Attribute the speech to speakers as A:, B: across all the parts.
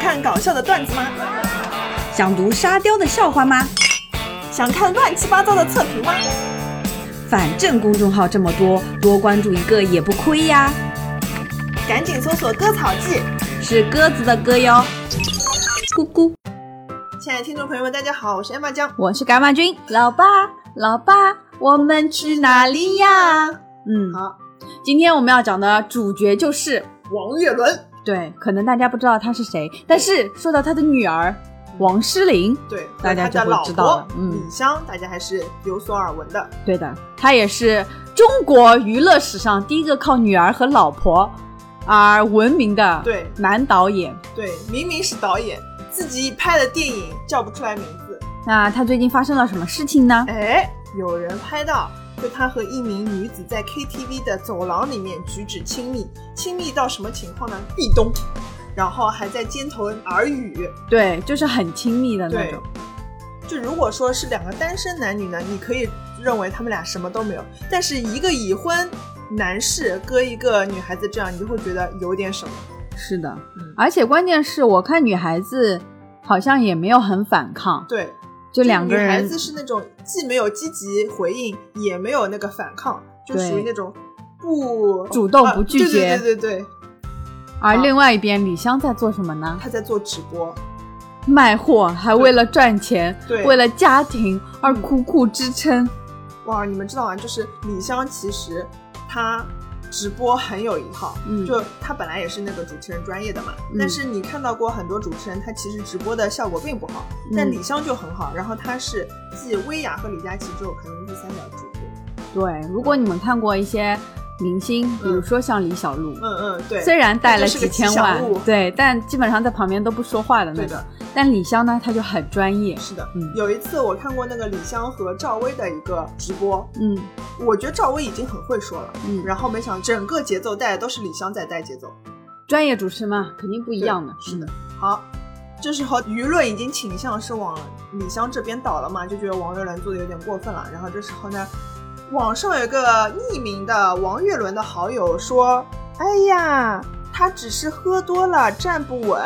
A: 看搞笑的段子吗？
B: 想读沙雕的笑话吗？
A: 想看乱七八糟的测评吗？
B: 反正公众号这么多，多关注一个也不亏呀。
A: 赶紧搜索“割草记
B: 是鸽子的歌哟，咕咕。”。
A: 亲爱的听众朋友们，大家好，我是 Emma 江。
B: 我是伽马君，老爸，老爸，我们去哪里呀？嗯，
A: 好，
B: 今天我们要讲的主角就是，
A: 王岳伦，
B: 对，可能大家不知道他是谁，但是说到他的女儿王诗龄，
A: 对，
B: 大家
A: 和他
B: 就
A: 的
B: 会
A: 老
B: 知道
A: 婆
B: 了嗯
A: 李湘，大家还是有所耳闻的。
B: 对的，他也是中国娱乐史上第一个靠女儿和老婆而闻名的
A: 对
B: 男导演。
A: 对，明明是导演，自己拍的电影叫不出来名字。
B: 那他最近发生了什么事情呢？
A: 哎，有人拍到，就他和一名女子在 KTV 的走廊里面举止亲密，亲密到什么情况呢？壁咚，然后还在肩头耳语。
B: 对，就是很亲密的那
A: 对
B: 种。，
A: 就如果说是两个单身男女呢，你可以认为他们俩什么都没有，但是一个已婚男士跟一个女孩子这样，你就会觉得有点什么。
B: 是的，
A: 嗯，
B: 而且关键是我看女孩子好像也没有很反抗，
A: 对，
B: 就两个
A: 女孩
B: 人
A: 子是那种既没有积极回应，也没有那个反抗，就
B: 对
A: 属于那种不
B: 主动
A: 啊
B: 不拒绝
A: 对对对对对，
B: 而另外一边李湘在做什么呢？
A: 他在做直播，
B: 卖货，还为了赚钱，
A: 对
B: 为了家庭而苦苦支撑。
A: 哇，你们知道吗？就是李湘其实她直播很有一套，
B: 嗯
A: 就她本来也是那个主持人专业的嘛，
B: 嗯
A: 但是你看到过很多主持人，他其实直播的效果并不好，但
B: 嗯
A: 李湘就很好。然后她是继薇娅和李佳琦之后排名第三的主播，
B: 对，如果你们看过一些明星，比如说像李小璐，
A: 嗯嗯，对，
B: 虽然带了
A: 就是
B: 几
A: 个
B: 千
A: 吉
B: 万
A: 祥物，
B: 对，但基本上在旁边都不说话的那
A: 对
B: 种
A: 的。，
B: 但李湘呢，她就很专业。
A: 是的。
B: 嗯
A: 有一次我看过那个李湘和赵薇的一个直播，
B: 嗯
A: 我觉得赵薇已经很会说了，
B: 嗯，
A: 然后没想到整个节奏带的都是李湘在带节奏。
B: 专业主持嘛，肯定不一样的。
A: 对是的，好，这时候舆论已经倾向是往李湘这边倒了嘛，就觉得王岳伦做的有点过分了。然后这时候呢，网上有个匿名的王岳伦的好友说：“哎呀，他只是喝多了，站不稳，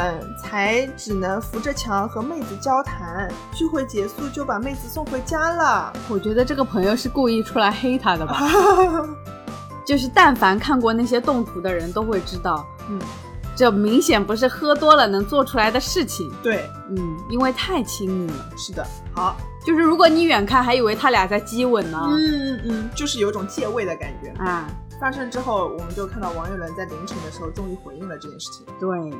A: 才只能扶着墙和妹子交谈。聚会结束就把妹子送回家了。
B: 嗯我觉得这个朋友是故意出来黑她的
A: 啊
B: 吧？就是但凡看过那些动图的人都会知道，
A: 嗯，
B: 这明显不是喝多了能做出来的事情。
A: 对，
B: 嗯，因为太亲密了，
A: 是的，好，
B: 就是如果你远看还以为他俩在激吻呢。
A: 嗯嗯嗯，就是有种借位的感觉。
B: 啊，
A: 发生之后，我们就看到王岳伦在凌晨的时候终于回应了这件事情。
B: 对，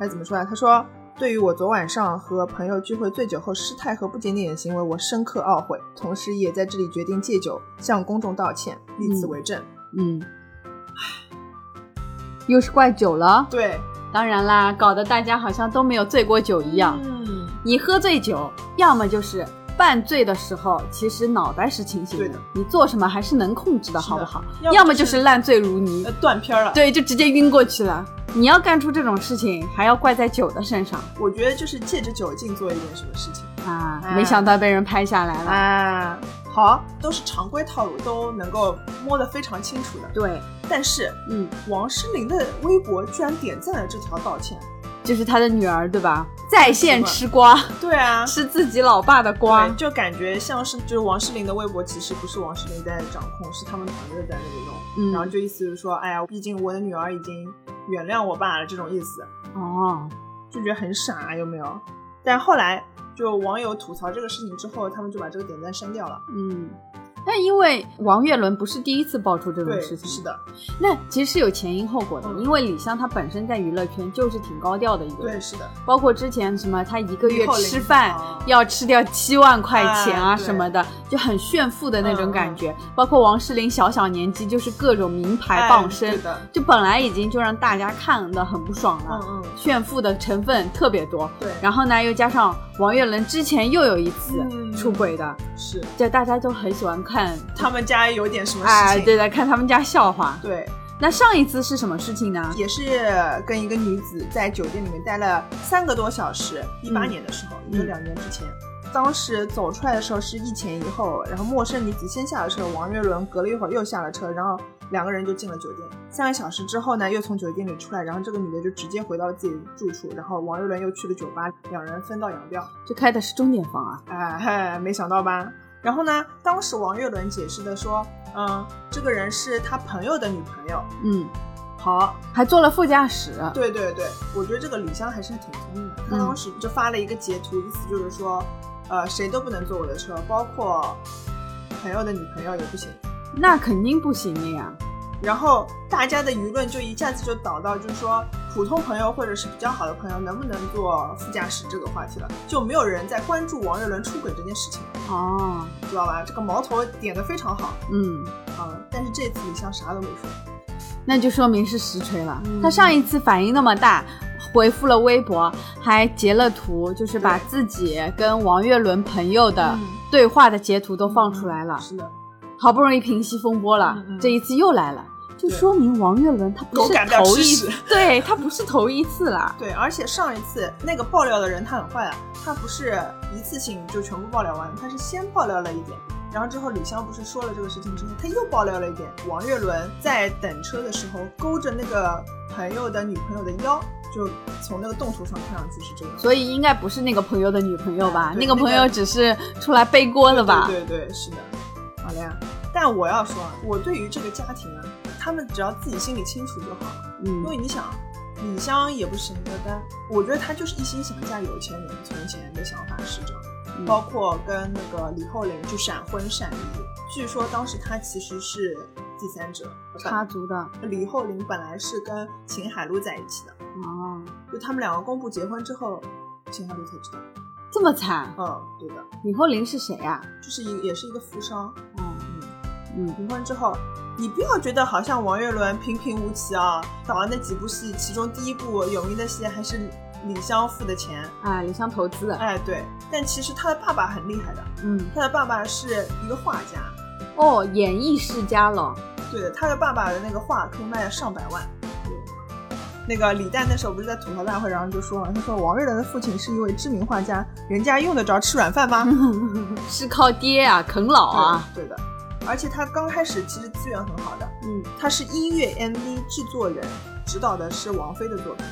A: 他怎么说啊？他说：“对于我昨晚上和朋友聚会醉酒后失态和不检点的行为，我深刻懊悔，同时也在这里决定戒酒，向公众道歉，立此为证。
B: 嗯，又是怪酒了。
A: 对，
B: 当然啦，搞得大家好像都没有醉过酒一样。
A: 嗯，
B: 你喝醉酒，要么就是半醉的时候，其实脑袋是清醒
A: 对的
B: 你做什么还是能控制的，
A: 是的
B: 好不好？
A: 要
B: 要么就是烂醉如泥
A: 呃，断片儿了。，
B: 对，就直接晕过去了。你要干出这种事情，还要怪在酒的身上
A: 我觉得就是借着酒劲做一点什么事情
B: 啊！
A: 啊
B: 没想到被人拍下来了。
A: 啊。好，都是常规套路，都能够摸得非常清楚的。
B: 对，
A: 但是
B: 嗯，
A: 王诗龄的微博居然点赞了这条道歉。
B: 就是他的女儿对吧？在线
A: 是
B: 吃瓜，
A: 对啊，
B: 吃自己老爸的瓜
A: 对，。就感觉像是就是王诗龄的微博，其实不是王诗龄在掌控，是他们团队在那里弄。
B: 嗯
A: 然后就意思就是说，哎呀，毕竟我的女儿已经原谅我爸了，这种意思，
B: 哦，
A: 就觉得很傻，有没有？但后来就网友吐槽这个事情之后，他们就把这个点赞删掉了。
B: 嗯。但因为王岳伦不是第一次爆出这种
A: 对，
B: 事情，
A: 是。的，
B: 那其实是有前因后果的，
A: 嗯
B: 因为李湘她本身在娱乐圈就是挺高调的一个
A: 对，
B: 人，
A: 是的，
B: 包括之前什么她一个月
A: 以后领啊
B: 吃饭
A: 导
B: 要吃掉七万块钱啊
A: 啊对
B: 什么的，就很炫富的那种感觉。
A: 嗯
B: 包括王诗龄小小年纪就是各种名牌傍身，
A: 哎对的，
B: 就本来已经就让大家看的很不爽了，
A: 嗯嗯，
B: 炫富的成分特别多。
A: 对，
B: 然后呢，又加上王岳伦之前又有一次
A: 嗯
B: 出轨的，
A: 是
B: 就大家都很喜欢看，
A: 他们家有点什么事
B: 哎，
A: 情？
B: 对的，看他们家笑话。
A: 对
B: 那上一次是什么事情呢？
A: 也是跟一个女子在酒店里面待了三个多小时，一八
B: 嗯
A: 年的时候，也就两年之前。当时走出来的时候是一前一后，然后陌生女子先下了车，王岳伦隔了一会儿又下了车，然后两个人就进了酒店。三个小时之后呢，又从酒店里出来，然后这个女的就直接回到了自己的住处，然后王岳伦又去了酒吧，两人分道扬镳。
B: 这开的是钟点房啊，
A: 哎嘿，没想到吧？然后呢，当时王岳伦解释的说，嗯，这个人是他朋友的女朋友。
B: 嗯，
A: 好，
B: 还坐了副驾驶，
A: 对对对，我觉得这个李湘还是挺聪明的。
B: 嗯
A: 她当时就发了一个截图，意思就是说，呃，谁都不能坐我的车，包括朋友的女朋友也不行。
B: 那肯定不行的呀。
A: 然后大家的舆论就一下子就导到，就是说普通朋友或者是比较好的朋友能不能坐副驾驶这个话题了，就没有人在关注王岳伦出轨这件事情，
B: 哦，
A: 知道吧？这个矛头点得非常好
B: 嗯，
A: 啊、但是这次李湘啥都没说，
B: 那就说明是实锤了。
A: 嗯
B: 他上一次反应那么大，回复了微博，还截了图，就是把
A: 对
B: 自己跟王岳伦朋友的
A: 嗯
B: 对话的截图都放出来了，
A: 是的，
B: 好不容易平息风波了，
A: 嗯嗯
B: 这一次又来了。就
A: 对
B: 说明王岳伦他不
A: 狗
B: 是
A: 改不了
B: 头
A: 吃
B: 一
A: 屎
B: 次，对他不是头一次了，
A: 对，而且上一次那个爆料的人他很坏啊，他不是一次性就全部爆料完，他是先爆料了一点，然后之后李湘不是说了这个事情之后，他又爆料了一点，王岳伦在等车的时候勾着那个朋友的女朋友的腰，就从那个动图上看上去是这样。
B: 所以应该不是那个朋友的女朋友吧？
A: 对
B: 那个朋友只是出来背锅的吧？
A: 对对对，是的。好了呀，但我要说啊，我对于这个家庭啊，他们只要自己心里清楚就好了。因为
B: 嗯，
A: 你想，李湘也不是神的丹，我觉得她就是一心想嫁有钱人，从前的想法是这样。
B: 嗯
A: 包括跟那个李厚霖就闪婚闪离，据说当时她其实是第三者。
B: 插足的哦，
A: 李厚霖本来是跟秦海璐在一起的，
B: 哦
A: 就他们两个公布结婚之后，秦海璐才知道。
B: 这么惨。
A: 嗯，对的，
B: 李厚霖是谁呀、
A: 就是一也是一个富商。
B: 哦，嗯
A: 离婚之后，你不要觉得好像王岳伦平平无奇啊，导了那几部戏，其中第一部有名的戏还是李湘付的钱。
B: 啊，李湘投资的，
A: 哎，对，但其实他的爸爸很厉害的，
B: 嗯，
A: 他的爸爸是一个画家，
B: 哦，演艺世家了，
A: 对的，他的爸爸的那个画可以卖上百万。那个李诞那时候不是在吐槽大会，然后就说嘛，他说王岳伦的父亲是一位知名画家，人家用得着吃软饭吗？
B: 是靠爹啊，啃老嗯啊，
A: 对的，对的。而且他刚开始其实资源很好的，
B: 嗯，
A: 他是音乐 MV 制作人，指导的是王菲的作品。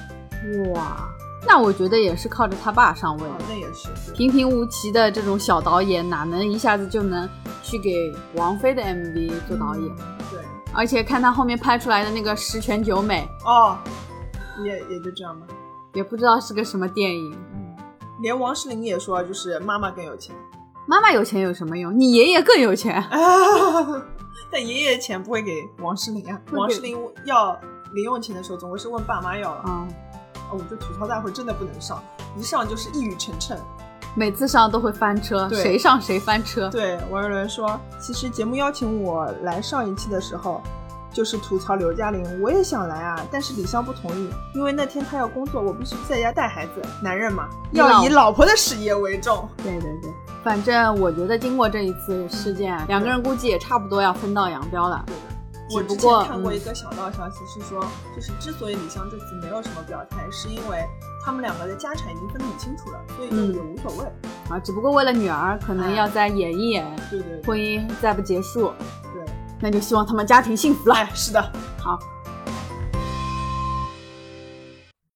B: 嗯哇，那我觉得也是靠着他爸上位
A: 哦
B: 的，
A: 那也是。对
B: 平平无奇的这种小导演，哪能一下子就能去给王菲的 MV 做导演？
A: 嗯对，
B: 而且看他后面拍出来的那个《十全九美
A: 哦，也也就这样吧。》，
B: 也不知道是个什么电影。
A: 嗯，连王诗龄也说，就是妈妈更有钱，
B: 妈妈有钱有什么用？你爷爷更有钱。
A: 但爷爷钱不会给王诗龄啊。
B: 会给
A: 王诗龄要零用钱的时候，总归是问爸妈要啊。
B: 嗯，
A: 哦我这吐槽大会真的不能上，一上就是一语成谶。
B: 每次上都会翻车，
A: 对
B: 谁上谁翻车。
A: 对，王岳伦说，其实节目邀请我来上一期的时候。就是吐槽刘嘉玲，我也想来啊，但是李湘不同意，因为那天她要工作，我必须在家带孩子。男人嘛，
B: 你老
A: 要以老婆的事业为重。
B: 对对对，反正我觉得经过这一次事件，两个人估计也差不多要分道扬镳了。
A: 对的。
B: 只
A: 我之
B: 不
A: 前
B: 过嗯
A: 看过一个小道消息，是说，就是之所以李湘这次没有什么表态，是因为他们两个的家产已经分得很清楚了，所以就
B: 嗯
A: 也无所谓。
B: 啊，只不过为了女儿，可能
A: 哎
B: 要再演一演，
A: 对对
B: 婚姻再不结束，
A: 对，
B: 那就希望他们家庭幸福了。
A: 哎，是的，
B: 好，